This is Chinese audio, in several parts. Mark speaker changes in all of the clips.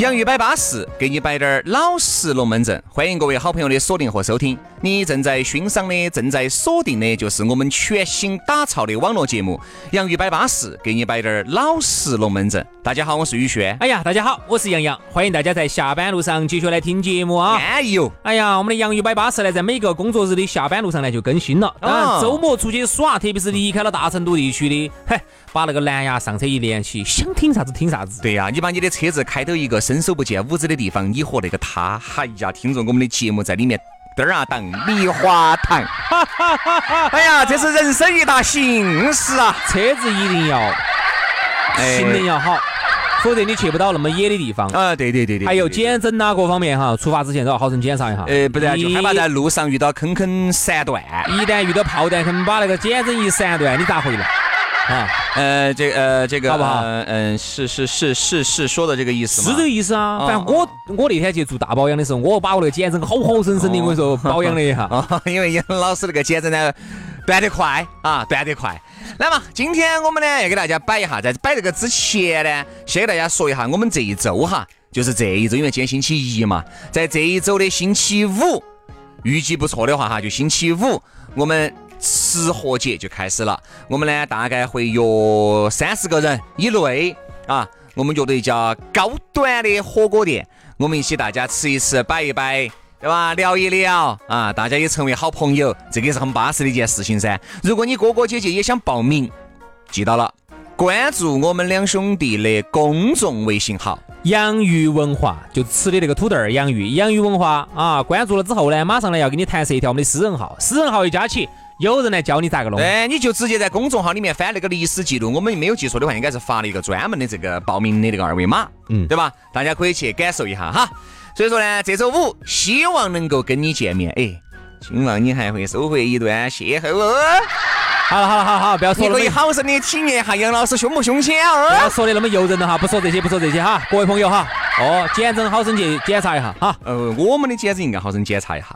Speaker 1: 杨宇摆巴适，给你摆点儿老实龙门阵。欢迎各位好朋友的锁定和收听，你正在欣赏的、正在锁定的，就是我们全新打造的网络节目《杨宇摆巴适》，给你摆点儿老实龙门阵。大家好，我是宇轩。
Speaker 2: 哎呀，大家好，我是杨洋，欢迎大家在下班路上继续来听节目啊。
Speaker 1: 安逸哦，
Speaker 2: 哎呀，我们的洋芋摆巴士呢，在每个工作日的下班路上呢就更新了。当
Speaker 1: 啊
Speaker 2: 然，周末出去耍，特别是离开了大成都地区
Speaker 1: 嗯
Speaker 2: 的，嘿，把那个蓝牙上车一连起，想听啥子听 啥子。
Speaker 1: 对呀、你把你的车子开到一个伸手不见五指的地方，你和那个他，哎呀，听着我们的节目在里面。嘚儿啊，荡梨花糖， 哎呀，这是人生一大幸事啊！
Speaker 2: 车子一定要，
Speaker 1: 哎
Speaker 2: 性能要好，否则你去不到那么野的地方。
Speaker 1: 啊，对对对对，
Speaker 2: 还有
Speaker 1: 对对
Speaker 2: 减震呐，各方面哈，出发之前都要好生检查一下。
Speaker 1: 呃，不然就害怕
Speaker 2: 一
Speaker 1: 在路上遇到坑坑散段。
Speaker 2: 一旦遇到炮弹，肯把那个减震一闪断，你咋回来？啊，
Speaker 1: 呃，这呃这个
Speaker 2: 好不好
Speaker 1: 呃嗯、是是是是是说的这个意思
Speaker 2: 是
Speaker 1: 吗？
Speaker 2: 这个意思啊。反正我我那天去做大保养的时候，我把我那个减震好好生生的，我跟你说保养了一下。
Speaker 1: 哦， 因为杨老师那个减震呢，断得快啊，断得快。来嘛，今天我们呢要给大家摆一下，在摆这个之前呢，先给大家说一下我们这一周哈，就是这一周，因为今天星期一嘛，在这一周的星期五，预计不错的话哈，就星期五我们。吃货节就开始了，我们呢大概会约三十个人以内啊，我们约到一家高端的火锅店，我们一起大家吃一吃，摆一摆，对吧？聊一聊啊，大家也成为好朋友，这个也是很巴适的一件事情噻。如果你哥哥姐姐也想报名，记到了，关注我们两兄弟的公众微信号。
Speaker 2: 养鱼文化就吃的那个土豆儿养鱼，养鱼文化啊，关注了之后呢，马上呢要给你弹射一条我们的私人号，私人号一加起，有人来教你咋个弄。
Speaker 1: 对，哎你就直接在公众号里面翻那个历史记录，我们没有记错的话，应该是发了一个专门的这个报名的这个二维码，嗯，对吧？大家可以去感受一下哈。所以说呢，这周五希望能够跟你见面，哎，希望你还会收获一段邂逅哦。
Speaker 2: 好了好了好了好了，不要说
Speaker 1: 你
Speaker 2: 了
Speaker 1: 可。以好生的体验一下哎杨老师凶不凶险
Speaker 2: 不
Speaker 1: 哦
Speaker 2: 要。说的那么油人了哈，不说这些，不说这些哈，各位朋友哈，哦，减震好生去检查一下哈。
Speaker 1: 呃，我们的简直应该好生检查一下。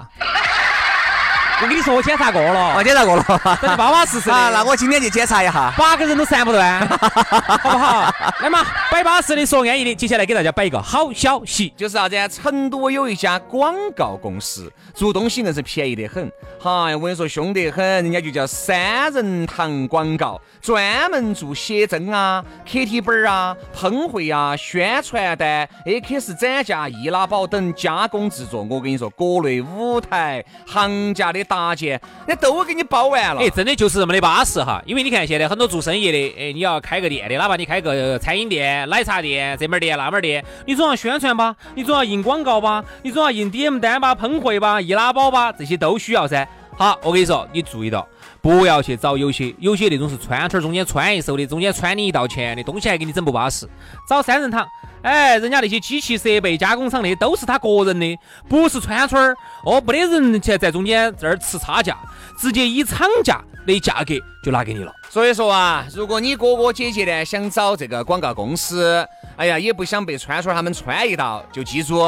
Speaker 2: 我跟你说，我检查过了，
Speaker 1: 检查啊过了。
Speaker 2: 真的巴巴适适的。
Speaker 1: 哎 啊，那我今天去检查一下。
Speaker 2: 八个人都散不断，好不好？来嘛，摆巴适的，说安逸的。接下来给大家摆一个好消息，
Speaker 1: 就是啥子啊？成都有一家广告公司做东西硬是便宜得很，哈！我跟你说凶得很，人家就叫三人堂广告，专门做写真啊、KT 本儿啊、喷绘啊、宣传单、AKS 展架、易拉宝等加工制作。我跟你说，各类舞台、行家的搭建，那都给你包完了。
Speaker 2: 哎，真的就是这么的巴适哈。因为你看现在很多做生意的，哎，你要开个店的，哪怕你开个呃餐饮店、奶茶店，这门儿店那门儿店，你总要宣传吧，你总要印广告吧，你总要印 DM 单吧、喷绘吧、易拉宝吧，这些都需要噻。好，我跟你说，你注意到。不要去找有些有些那种是穿腿儿中间穿一手的，中间穿你一道钱的东西还给你整不巴适。找三人堂，哎，人家那些机器设备加工厂那些都是他个人的，不是川村儿，哦，没得人去在中间这儿吃差价，直接以厂价的价格就拿给你了。
Speaker 1: 所以说啊，如果你哥哥姐姐呢想找这个广告公司，哎呀，也不想被川川他们穿一道，就记住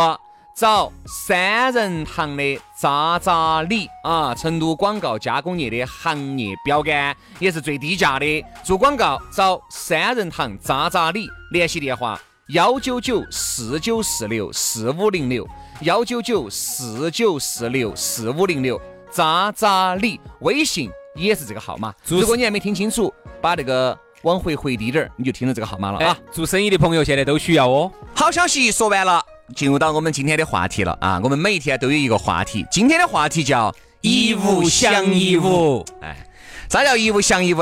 Speaker 1: 找三人堂的渣渣李啊，成都广告加工业的行业标杆，也是最低价的。做广告找三人堂渣渣李，联系电话幺九九四九四六四五零六，幺九九四九四六四五零六，渣渣李微信。也是这个号码。
Speaker 2: 主
Speaker 1: 如果你还没听清楚，把那个往回回低点儿，你就听到这个号码了
Speaker 2: 啊
Speaker 1: 啊。，
Speaker 2: 做生意的朋友现在都需要哦。
Speaker 1: 哎好消息说完了，进入到我们今天的话题了啊。我们
Speaker 2: 哎
Speaker 1: 每一天都有一个话题，今天的话题叫。啥叫一物降一物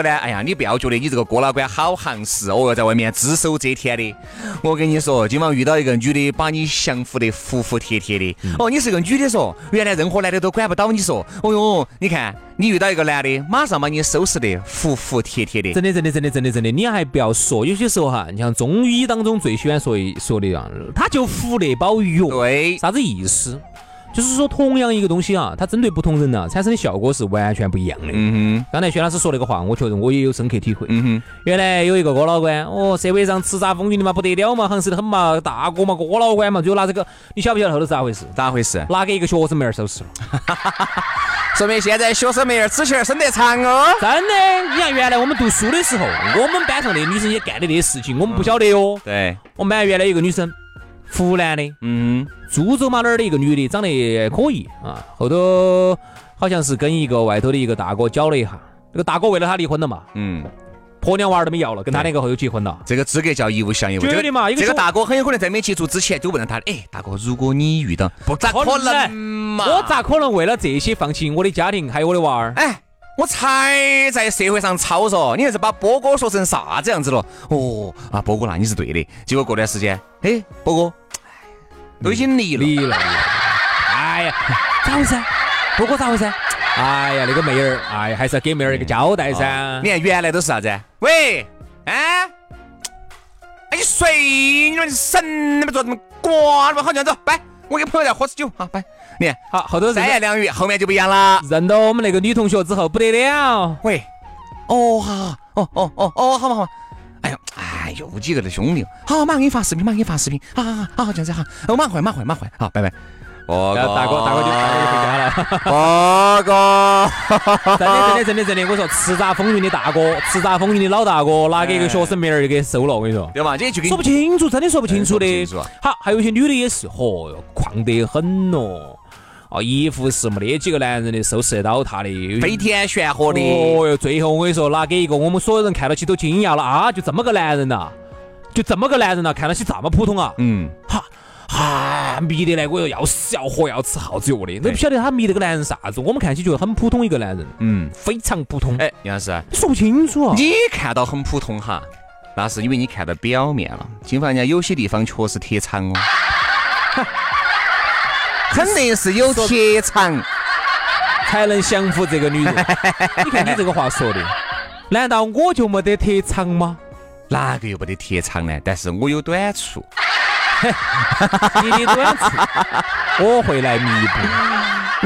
Speaker 1: 呢？哎呀，你不要觉得你这个哥老倌好行势，哦哟，在外面只手遮天的。我跟你说，今晚遇到一个女的，把你降服得服服帖帖的。哦，你是个女的说，原来任何男的都管不到你说，哦哟，你看你遇到一个男的，马上把你收拾得服服帖帖的。
Speaker 2: 真的，真的，真的，真的，真的，你还不要说，有些时候哈，你像中医当中最喜欢说一说的啊，它就服那包药，
Speaker 1: 对，
Speaker 2: 啥子意思？就是说，同样一个东西啊，它针对不同人呐、产生的效果是完全不一样的。
Speaker 1: 嗯哼，
Speaker 2: 刚才薛老师说那个话，我确认我也有深刻体会。
Speaker 1: 嗯
Speaker 2: 原来有一个哥老倌，哦，社会上叱咤风云的嘛，不得了嘛，行势的很嘛，大哥嘛，哥老倌嘛，就拿这个，你晓不晓得后头是咋回事？
Speaker 1: 哼，咋回事？
Speaker 2: 拿给一个学生妹儿收拾了，
Speaker 1: 说明现在学生妹儿指甲儿伸得长哦。
Speaker 2: 真的。你看原来我们读书的时候，我们班上的女生也干的那些事情，我们不晓得哟。
Speaker 1: 对，
Speaker 2: 我们班原来有一个女生，湖南的，
Speaker 1: 嗯，
Speaker 2: 株洲嘛哪儿的一个女的，长得可以啊，后头好像是跟一个外头的一个大哥搅了一下，那个大哥为了她离婚了嘛，
Speaker 1: 嗯，
Speaker 2: 婆娘娃儿都没要了，跟他两个后头结婚了。
Speaker 1: 这个资格叫一物降一物。
Speaker 2: 绝对的嘛
Speaker 1: 这
Speaker 2: 一
Speaker 1: 个
Speaker 2: 个
Speaker 1: 这个
Speaker 2: 说
Speaker 1: 大哥很有可能在没接触之前就问了他，哎，大哥，如果你遇到，不咋可能嘛？
Speaker 2: 我？咋可能为了这些放弃我的家庭还有我的娃儿？
Speaker 1: 哎，我才在社会上操着，你还是把波哥说成啥子样子了？哦，啊，波哥，那你是对的。结果过段时间，哎，波哥，哎都已经离了。
Speaker 2: 离了，哎呀，咋回事？不过咋回事？哎呀，那个妹儿，哎呀，还是要给妹儿一个交代噻。
Speaker 1: 你看原来都是啥子？喂，哎，哎你睡，你说你神，你们做什么瓜？你们好样子，拜，我跟朋友在喝酒啊，拜。你看
Speaker 2: 好，后头认
Speaker 1: 三
Speaker 2: 到
Speaker 1: 言两语，后面就不一样了。
Speaker 2: 认到我们那个女同学之后不得了，
Speaker 1: 喂，哦，好，好哦哦哦哦，好嘛好嘛。哎呦，哎呦，几个的兄弟，好，马上给你发视频，马上给你发视频，好好好，好，这样子好，我马上回，马上回，马上回，好，拜拜。哦
Speaker 2: 然后大哥大哥就大哥就回家了。
Speaker 1: 哥哥，
Speaker 2: 真的，真的，真的，真的，我说叱咤风云的大哥，叱咤风云的老大哥，拿给一个学生妹儿就给收了，我跟你说，
Speaker 1: 对嘛？这就给
Speaker 2: 说不清楚，真的说不清楚
Speaker 1: 哎
Speaker 2: 的
Speaker 1: 说不清。
Speaker 2: 好，还有一些女的也是，嚯哟，狂得很哦，哦，衣服是没得几个男人的收拾得到她的，有
Speaker 1: 飞天旋火的，
Speaker 2: 哦哟，最后我跟你说，拿给一个我们所有人看到起都惊讶了啊！就这么个男人呐、就这么个男人呐、看到起这么普通啊！
Speaker 1: 嗯，
Speaker 2: 哈哈，迷得来，我说要死要活要吃耗子药的，我也不晓得他迷那个男人啥子。我们看起觉得很普通一个男人，
Speaker 1: 嗯，
Speaker 2: 非常普通，
Speaker 1: 哎，杨老师，
Speaker 2: 说不清楚啊。
Speaker 1: 你看到很普通哈，那是因为你看到表面了。金发人家有些地方确实特长哦，肯定是有特长。
Speaker 2: 才能降服这个女人。 你看你这个话说的，难道我就没得特长吗？
Speaker 1: 哪个又没得特长呢？但是我有短处。
Speaker 2: 你的短处，我会来弥补；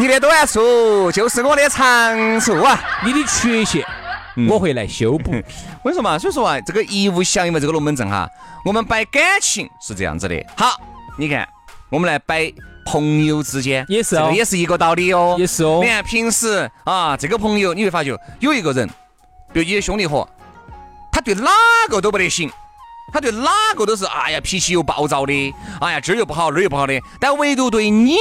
Speaker 1: 你的短处就是我的长处啊！
Speaker 2: 你的缺陷，我会来修补。
Speaker 1: 我跟你说嘛，所以说啊，这个一物降一物这个龙门阵哈，我们摆感情是这样子的。好，你看，我们来摆朋友之间
Speaker 2: 也是哦
Speaker 1: 这个也是一个道理哦，
Speaker 2: 也是哦
Speaker 1: 你看平时啊，这个朋友你会发觉有一个人，比如你的兄弟伙，他对哪个都不得行。他对哪个都是，哎呀，脾气又暴躁的，哎呀，这儿又不好，那儿又不好的，但唯独对你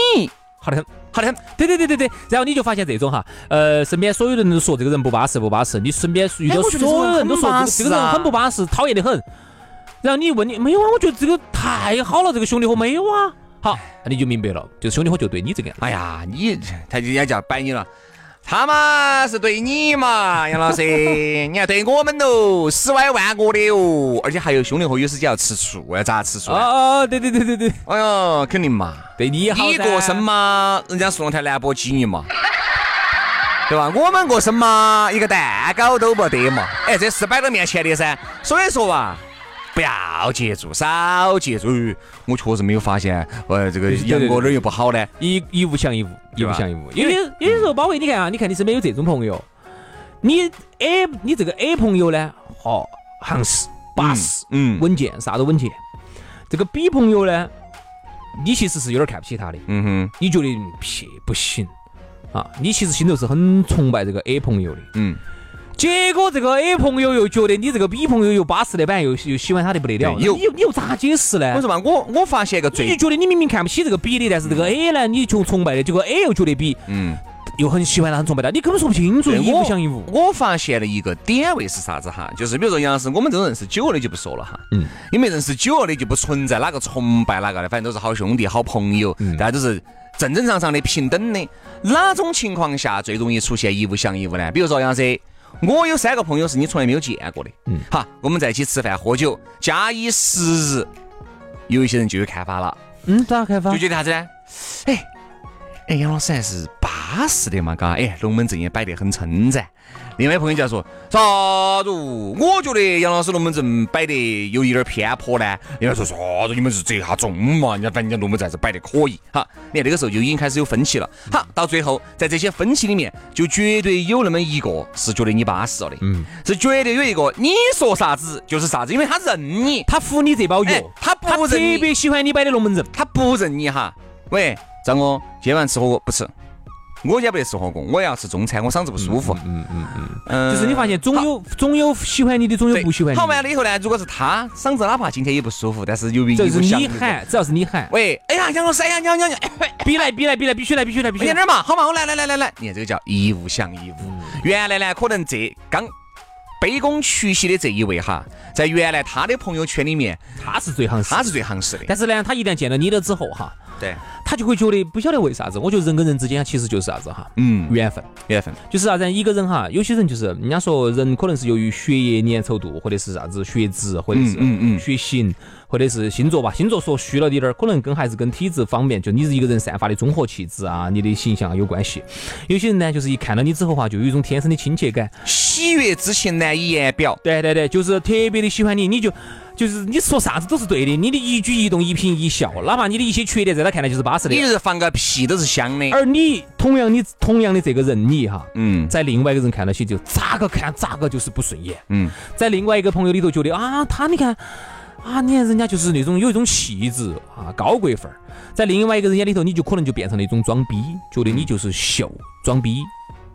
Speaker 2: 好的很。
Speaker 1: 好的很。
Speaker 2: 对对对对对，然后你就发现这种哈，呃，身边所有人都说这个人不巴适不巴适，你身边遇
Speaker 1: 哎
Speaker 2: 到
Speaker 1: 我觉得
Speaker 2: 所有人都
Speaker 1: 这个
Speaker 2: 说
Speaker 1: 人很
Speaker 2: 这
Speaker 1: 巴适
Speaker 2: 个这个人
Speaker 1: 啊
Speaker 2: 很不巴适，讨厌的很。然后你问你没有啊？我觉得这个太好了，这个兄弟伙没有啊？好，那你就明白了，就是兄弟伙就对你这个样子。
Speaker 1: 哎呀，你他人家就要摆你了。他嘛是对你嘛，杨 老师，你看对我们喽，十歪万恶的哦，而且还有兄弟伙有时间要吃醋，要咋吃醋
Speaker 2: 哦
Speaker 1: 呢？
Speaker 2: 哦，对对对对对，
Speaker 1: 哎呦，肯定嘛，
Speaker 2: 对你好噻。
Speaker 1: 你过生嘛，人家送了台兰博基尼嘛，对吧？我们过生嘛，一个蛋糕都不得嘛，哎，这是摆到面前的噻。所以说啊，不要接触，少接触。哎我确实没有发现，呃，这个
Speaker 2: 对对对嗯
Speaker 1: 杨哥哪儿又不好呢？
Speaker 2: 一一物降一物，一
Speaker 1: 对
Speaker 2: 物
Speaker 1: 吧
Speaker 2: 降一物。有些有些时候，包括你看啊，你看你身边有这种朋友，你 A 你这个 A 朋友呢，哦，行实巴适，
Speaker 1: 嗯嗯
Speaker 2: 稳健，啥都稳健。这个 B 朋友呢，你其实是有点看不起他的，
Speaker 1: 嗯哼，
Speaker 2: 你觉得嗯屁不行啊，你其实心头是很崇拜这个 A 朋友的。
Speaker 1: 嗯。
Speaker 2: 结果这个 A 朋友又觉得你这个 B 朋友又巴适的板，又又喜欢他的不得了，
Speaker 1: 对
Speaker 2: 你
Speaker 1: 有
Speaker 2: 又你又咋解释呢
Speaker 1: 我？说嘛，我我发现一个
Speaker 2: 哎你就
Speaker 1: 最，
Speaker 2: 觉得你明明看不起这个 B 的，但是这个 A 呢，你就崇拜的，结果 A 又觉得 B
Speaker 1: 嗯，
Speaker 2: 又很喜欢他，很崇拜他，你根本说不清楚，
Speaker 1: 对
Speaker 2: 一
Speaker 1: 我
Speaker 2: 物降一物。
Speaker 1: 我发现了一个点位是啥子哈？就是比如说杨老师，我们这种认识久了就不说了哈，
Speaker 2: 嗯，
Speaker 1: 因为认识久了的就不存在哪个崇拜哪个的，反正都是好兄弟、好朋友，
Speaker 2: 嗯
Speaker 1: 大家都是正正常常的、平等的。哪种情况下最容易出现一物降一物呢？比如说杨老师，我有三个朋友是你从来没有见过的，嗯，好，我们在一起吃饭喝酒，假以时日，有一些人就有看法了，
Speaker 2: 嗯，咋开发
Speaker 1: 就？觉得啥子呢？哎，哎，杨老师还是巴适的嘛，嘎，哎，龙门阵也摆得很称赞。另外一朋友就在说，啥子哦？我觉得杨老师龙门阵摆得有一点儿偏颇呢。人家说啥子？你们是这下重嘛？人家反正人家龙门阵还是摆得可以。哈，你看那个时候就已经开始有分歧了。好，到最后在这些分歧里面，就绝对有那么一个是觉得你巴适了的，嗯，是绝对有一个你说啥子就是啥子，因为他认你，
Speaker 2: 他服你这包
Speaker 1: 哎
Speaker 2: 药，
Speaker 1: 他
Speaker 2: 他
Speaker 1: 不
Speaker 2: 特
Speaker 1: 认你。
Speaker 2: 别喜欢你摆的龙门阵。
Speaker 1: 他不认你哈。喂，张哥，今晚吃火锅不吃？我也不得吃火锅，我要吃中餐，我嗓子不舒服。嗯嗯嗯，
Speaker 2: 就是你发现总有总有喜欢你的，总有
Speaker 1: 对
Speaker 2: 不喜欢你的。
Speaker 1: 好完了以后呢，如果是他嗓子哪怕今天也不舒服，但是由于
Speaker 2: 这就是
Speaker 1: 不想
Speaker 2: 你。喊，只要是你喊，
Speaker 1: 喂，哎呀，杨老师，哎呀，杨杨杨，哎
Speaker 2: 必来必来必来，必须来必须来必须
Speaker 1: 快点
Speaker 2: 来。
Speaker 1: 点嘛，好嘛，我来来来来来，你看这个叫一物降一物。
Speaker 2: 嗯
Speaker 1: 原来呢，可能这刚卑躬屈膝的这一位哈，在原来他的朋友圈里面，
Speaker 2: 他是最行使，
Speaker 1: 他是最行势的。
Speaker 2: 但是呢，他一旦见了你了之后哈，
Speaker 1: 对，
Speaker 2: 他就会觉得不晓得为啥子，我觉得人跟人之间其实就是啥子哈，
Speaker 1: 嗯
Speaker 2: 缘分。
Speaker 1: 缘分。
Speaker 2: 就是啥、子呢？一个人哈，有些人就是人家说人可能是由于血液粘稠度，或者是啥子血脂，或者是
Speaker 1: 嗯嗯嗯
Speaker 2: 血型，或者是星座吧。星座说虚了点儿，可能跟还是跟体质方面，就你是一个人散发的综合气质啊，你的形象啊有关系。有些人呢，就是一看到你之后哈，就有一种天生的亲切感，
Speaker 1: 喜悦之情难以言表。
Speaker 2: 对对对，就是特别的喜欢你，你就就是你说啥子都是对的，你的一举一动、一颦一笑，哪怕你的一些缺点，在他看来就是巴适的
Speaker 1: 你。就是放个屁都是香的。
Speaker 2: 而你同样你同样的这个人你哈，
Speaker 1: 嗯
Speaker 2: 在另外一个人看到起就咋个看咋个就是不顺眼，
Speaker 1: 嗯，
Speaker 2: 在另外一个朋友里头觉得啊，他你看啊，你看人家就是那种有一种气质啊，高贵范儿，在另外一个人眼里头，你就可能就变成了一种装逼，觉得你就是秀装逼。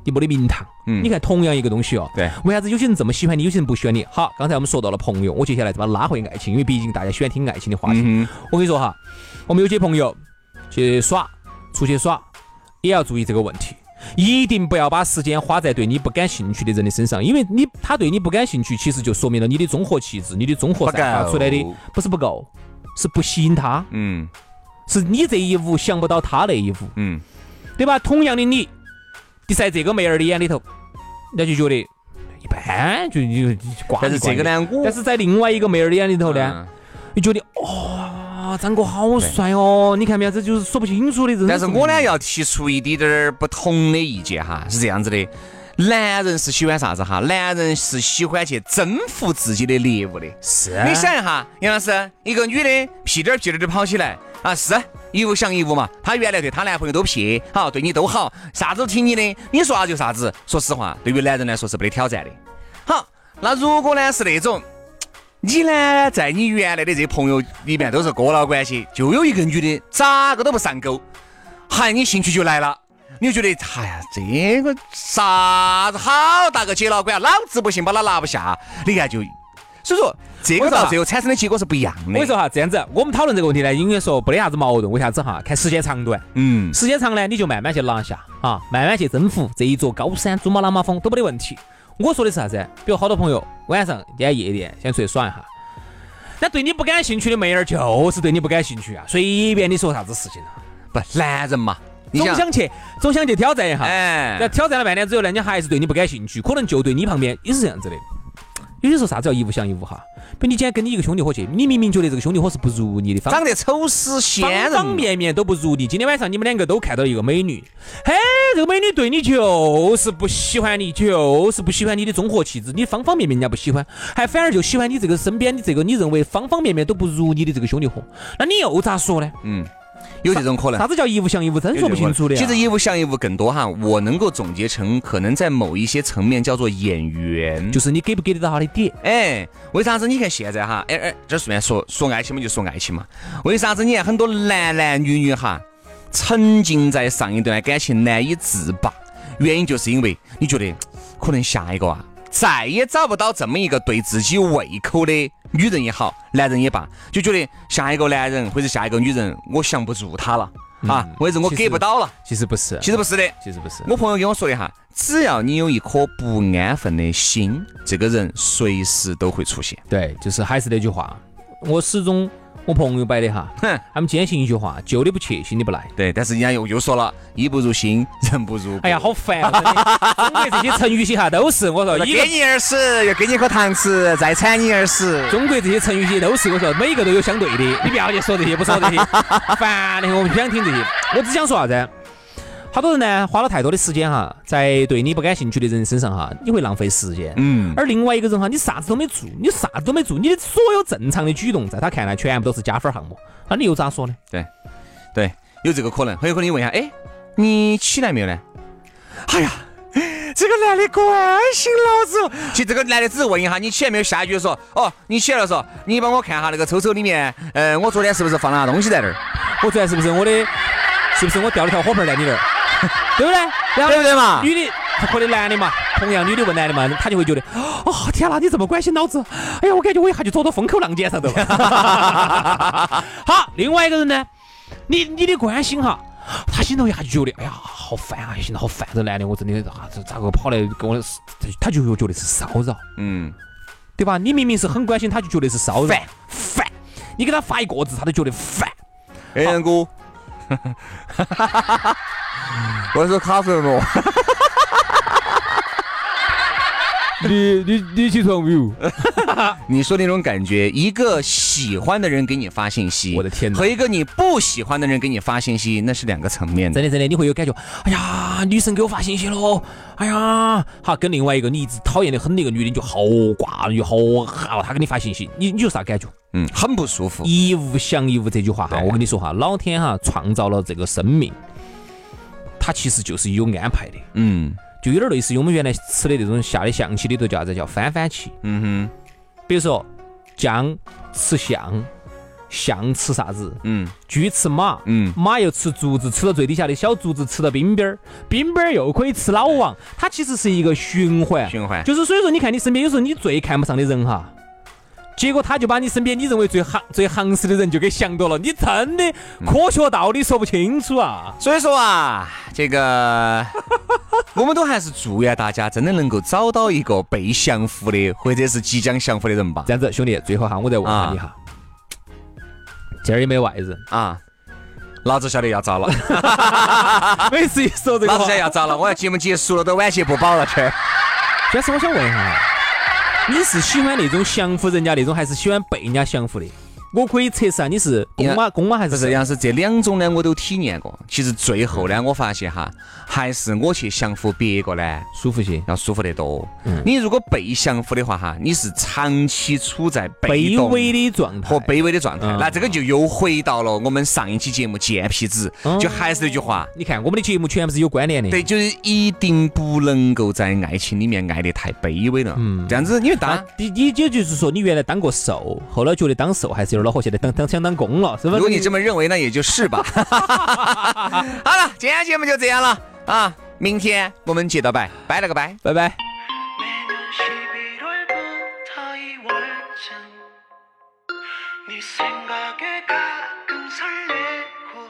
Speaker 2: 你没得名堂，
Speaker 1: 嗯
Speaker 2: 你看同样一个东西哦，
Speaker 1: 对
Speaker 2: 为啥子有些人这么喜欢你，有些人不喜欢你？好，刚才我们说到了朋友，我接下来再把它拉回爱情，因为毕竟大家喜欢听爱情的话题。
Speaker 1: 嗯
Speaker 2: 我跟你说哈，我们有些朋友去耍，出去耍也要注意这个问题，一定不要把时间花在对你不感兴趣的人的身上，因为你他对你不感兴趣，其实就说明了你的综合气质，你的综合散发出来的
Speaker 1: 不够哦
Speaker 2: 不是不够，是不吸引他，
Speaker 1: 嗯
Speaker 2: 是你这一屋想不到他那一屋，
Speaker 1: 嗯，
Speaker 2: 对吧？同样的你，你在这个妹儿的眼里头，人家就觉得一般，就就就挂。
Speaker 1: 但是这个，呢，我
Speaker 2: 但是在另外一个妹儿的眼里头呢。
Speaker 1: 嗯
Speaker 2: 你觉得哇，张哥好帅哦！你看没有，这就是说不清楚的人。
Speaker 1: 但是我呢，要提出一点点儿不同的意见哈，是这样子的。男人是喜欢啥子哈？男人是喜欢去征服自己的猎物的。
Speaker 2: 是
Speaker 1: 你想一下，杨老师，一个女的屁颠儿屁颠儿的跑起来啊，是一物降一物嘛。她原来对她男朋友都屁，好对你都好，啥子都听你的，你说啥就啥子。说实话，对于男人来说是没得挑战的。好，那如果呢是那种，你呢在你原来的这些朋友里面都是哥老关系，就有一个女的咋个都不上钩，嗨，你兴趣就来了。你就觉得，哎呀，这个啥子好大个姐老倌啊，老子不行，把他拿不下。你看就所以说，这个到最后产生的结果是不一样的。
Speaker 2: 我跟你说，哈，这样子，我们讨论这个问题呢，应该说没得啥子矛盾。为啥子哈？看时间长短，
Speaker 1: 嗯，
Speaker 2: 时间长呢，你就慢慢去拿下啊，慢慢去征服这一座高山，珠穆朗玛峰都没得问题。我说的是啥子？比如好多朋友晚上今天夜店先出去耍一下，那对你不感兴趣的妹儿就是对你不感兴趣啊，随便你说啥子事情啊，
Speaker 1: 不，男人嘛，你
Speaker 2: 总
Speaker 1: 想，
Speaker 2: 想去，总想去挑战一下。那
Speaker 1: 哎，
Speaker 2: 挑战了半天之后呢，人家还是对你不感兴趣，可能就对你旁边也是这样子的。有些时候啥子叫一物降一物哈，比如你今天跟你一个兄弟伙去，你明明觉得这个兄弟伙是不如你的，方
Speaker 1: 长得丑死仙
Speaker 2: 方
Speaker 1: 人
Speaker 2: 方
Speaker 1: 嘛，
Speaker 2: 面面都不如你。今天晚上你们两个都看到一个美女，嘿，这个美女对你就是不喜欢你，就是不喜欢你的综合气质，你方方面面人家不喜欢，还反而就喜欢你这个身边的这个你认为方方面面都不如你的这个兄弟伙，那你又咋说呢？
Speaker 1: 嗯，有这种可能
Speaker 2: 啥。子叫一物降一物，真
Speaker 1: 有
Speaker 2: 说不
Speaker 1: 这种
Speaker 2: 清楚
Speaker 1: 可
Speaker 2: 的
Speaker 1: 能
Speaker 2: 呀。
Speaker 1: 其实一物降一物更多哈，我能够总结成可能在某一些层面叫做眼缘。
Speaker 2: 就是你给不给得到他的点，
Speaker 1: 哎，为啥子你看现在哈？哎哎，这顺便说说爱情嘛，就说爱情嘛。为啥子你看很多男男女女哈，沉浸在上一段感情难以自拔？原因就是因为你觉得可能下一个啊，再也找不到这么一个对自己胃口的女人也好，男人也罢，就觉得下一个男人或者下一个女人，我降不住他了、啊，或者是我
Speaker 2: 嗯其实
Speaker 1: 给不到了。
Speaker 2: 其实不是，
Speaker 1: 其实不是的，
Speaker 2: 其实不是。
Speaker 1: 我朋友跟我说的哈，只要你有一颗不安分的心，这个人随时都会出现。
Speaker 2: 对，就是还是那句话，我始终我朋友摆的哈，
Speaker 1: 哼
Speaker 2: 他们坚信一句话：旧的不去，新的不来。
Speaker 1: 对，但是人家又又说了，衣不如新， 人不如骨
Speaker 2: 哎呀，好烦啊！真的中国这些成语写哈都是，我说
Speaker 1: 要
Speaker 2: 一个
Speaker 1: 给你耳屎，要给你颗糖吃，再铲你耳屎。
Speaker 2: 中国这些成语些都是我说每一个都有相对 的，你不要去说这些，不说这些，烦的，我们不想听这些。我只想说啥子？好多人呢花了太多的时间哈，在对你不感兴趣的人身上哈，你会浪费时间。
Speaker 1: 嗯
Speaker 2: 而另外一个人哈，你啥子都没做，你啥子都没做，你的所有正常的举动，在他看来全部都是加分项目。那你又咋说呢？
Speaker 1: 对，有这个可能，很有可能你问一下，哎，你起来没有呢？哎呀，这个男的关心老子哦。其实这个男的只是问一下你起来没有，下一句就说，哦，你起来了说，你帮我看下那个抽抽里面，呃，我昨天是不是放了啥东西在那儿，
Speaker 2: 我昨天是不是我的，是不是我掉了条火盆在你那儿， 对不对？然后
Speaker 1: 对不对嘛？
Speaker 2: 女的或者男的嘛，同样女的问男的嘛，他就会觉得，哦天哪，你这么关心老子，哎呀，我感觉我一下就走到风口浪尖上头了。好，另外一个人呢，你你的关心哈。他心头一下就觉得，哎呀，好烦啊！现在好烦，这男的我真的啊，这咋个跑来跟我，他就又觉得是骚扰，
Speaker 1: 嗯，
Speaker 2: 对吧？你明明是很关心，他就觉得是骚扰
Speaker 1: 烦，
Speaker 2: 烦。你给他发一个字，他都觉得烦。
Speaker 1: 哎，我， 我说卡粉了，
Speaker 2: 你你你起床没有？
Speaker 1: 你说那种感觉，一个喜欢的人给你发信息，
Speaker 2: 我的天哪
Speaker 1: 和一个你不喜欢的人给你发信息，那是两个层面的。
Speaker 2: 真的真的，你会有感觉，哎呀，女神给我发信息了，哎呀，好，跟另外一个你一直讨厌的很的一个女的，你就好挂，你就好好，她给你发信息，你你有啥感觉？
Speaker 1: 嗯，很不舒服。
Speaker 2: 一物降一物这句话哈，
Speaker 1: 对
Speaker 2: 我跟你说哈，老天哈创造了这个生命，它其实就是有安排的，
Speaker 1: 嗯
Speaker 2: 就有点类似于我们原来吃的那种下的象棋里头叫啥子叫翻番棋，
Speaker 1: 嗯哼，
Speaker 2: 比如说将吃象，象吃啥子，
Speaker 1: 嗯
Speaker 2: 车吃马，
Speaker 1: 嗯
Speaker 2: 马又吃竹子，吃到最底下的小竹子，吃到冰冰儿，冰冰儿又可以吃老王，它其实是一个循环，
Speaker 1: 循环
Speaker 2: 就是所以说，你看你身边有时候你最看不上的人哈，结果他就把你身边你认为最行最行实的人就给降到了，你真的科学道理说不清楚啊！
Speaker 1: 所以说啊，这个 我们都还是祝愿大家真的能够找到一个被降服的，或者是即将降服的人吧
Speaker 2: 这。样子，兄弟，最后哈，我再问下你哈，今啊儿有没有外人？
Speaker 1: 啊，老子晓得要遭 了，
Speaker 2: 每次一说这个
Speaker 1: 老子
Speaker 2: 话
Speaker 1: 晓得，要遭了，我要节目结束了都晚些不保了，圈。
Speaker 2: 但是我想问一下，你是喜欢那种降服人家那种，还是喜欢被人家降服的？我可以测试下你是公妈公妈还
Speaker 1: 不
Speaker 2: 是
Speaker 1: 是，杨是这两种呢，我都体验过。其实最后呢，我发现哈，还是我去降服别个呢，
Speaker 2: 舒服些？
Speaker 1: 要舒服得多。
Speaker 2: 嗯
Speaker 1: 你如果被降服的话哈，你是长期处在被
Speaker 2: 卑
Speaker 1: 动
Speaker 2: 微的状态
Speaker 1: 和。卑微的状态
Speaker 2: 嗯。
Speaker 1: 那这个就又回到了我们上一期节目贱皮子，
Speaker 2: 嗯
Speaker 1: 就还是那句话，
Speaker 2: 你看我们的节目全部是有关联的。
Speaker 1: 对，就是一定不能够在爱情里面爱得太卑微了。嗯，这样子，因为大
Speaker 2: 啊
Speaker 1: 家。，
Speaker 2: 你你也就是说，你原来当过兽，后来觉得当兽还是有点恼火，现在当当想当公了，是
Speaker 1: 如
Speaker 2: 不是？
Speaker 1: 果你这么认为，那也就是 吧。好了，今天节目就这样了啊！明天我们接着拜，拜了个拜。
Speaker 2: 拜拜。
Speaker 3: 매년 11월부터 2월쯤 네 생각에 가끔 설레고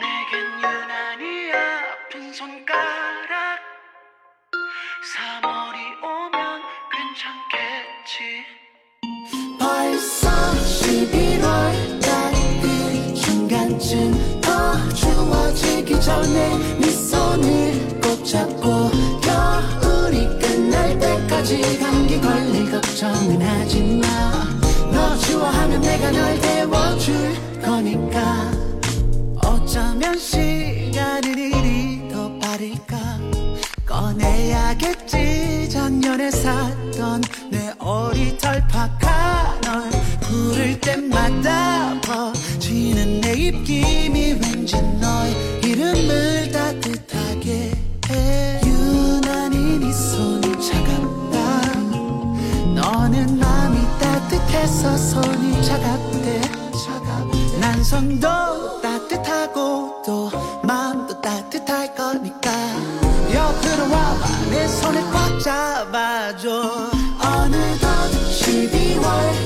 Speaker 3: 내겐 유난히 아픈 손가락 3월이 오면 괜찮겠지
Speaker 4: 벌써 11월 같은 순간쯤 더 추워지기 전에 네 손을 꼭 잡고 겨울이 끝날 때까지 감기 걸릴 걱정은 하지 마너 좋아하면 내가 널 데워줄 거니까 어쩌면 시간은 이리 더 빠를까 꺼내야겠지 작년에 샀던 내 어리털 파카 널 부를 때마다 퍼지는 내 입김이 왠지 너의 이름을 따뜻하게 해 유난히 네 손이 차갑다 너는 마음이 따뜻해서 손이 차갑대 난 손도 따뜻하고 또 마음도 따뜻할 거니까 옆으로 와봐 내 손을 꽉 잡아줘 어느덧 12월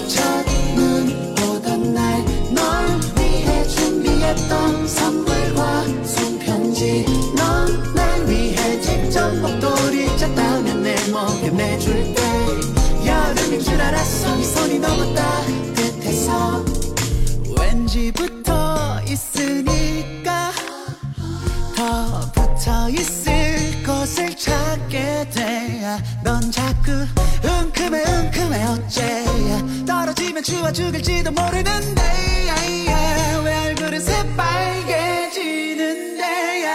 Speaker 4: 첫눈 오던 날 널 위해 준비했던 선물과 손편지 넌 날 위해 직접 목도리 짰다면 내 몸에 내줄 때 여름인 줄 알았어 네 손이 너무 따뜻해서 자꾸 은큼해 은큼해 어째 떨어지면 추워 죽을지도 모르는데 왜 얼굴은 새빨개지는데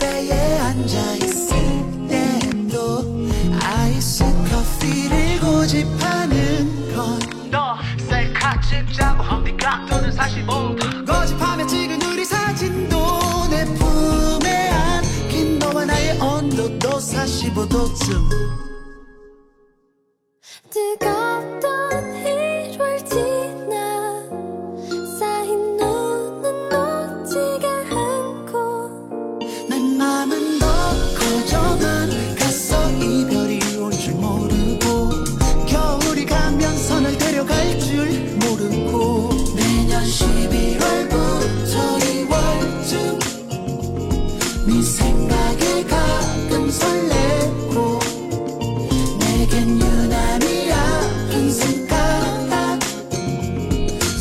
Speaker 4: 카페에 앉아있을 때도 아이스 커피를 고집하는 건
Speaker 3: 너 셀카 찍자고 한네 각도는 45도
Speaker 4: 고집하며 찍은 우리 사진도 내 품에 안긴 너와 나의 온도도 45도쯤
Speaker 5: 뜨겁던 일월 지나 쌓인 눈은 녹지가 않고
Speaker 4: 내 맘은 넣고 저만 갔어 이별이 올 줄 모르고 겨울이 가면서 널 데려갈 줄 모르고 내년 11월부터 2월쯤 네 생각에 가끔 설레고 내겐 유난히 아픈 생각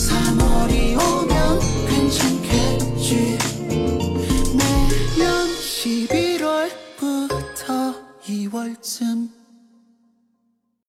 Speaker 4: 3월이 오면 괜찮겠지 내년 11월부터 2월쯤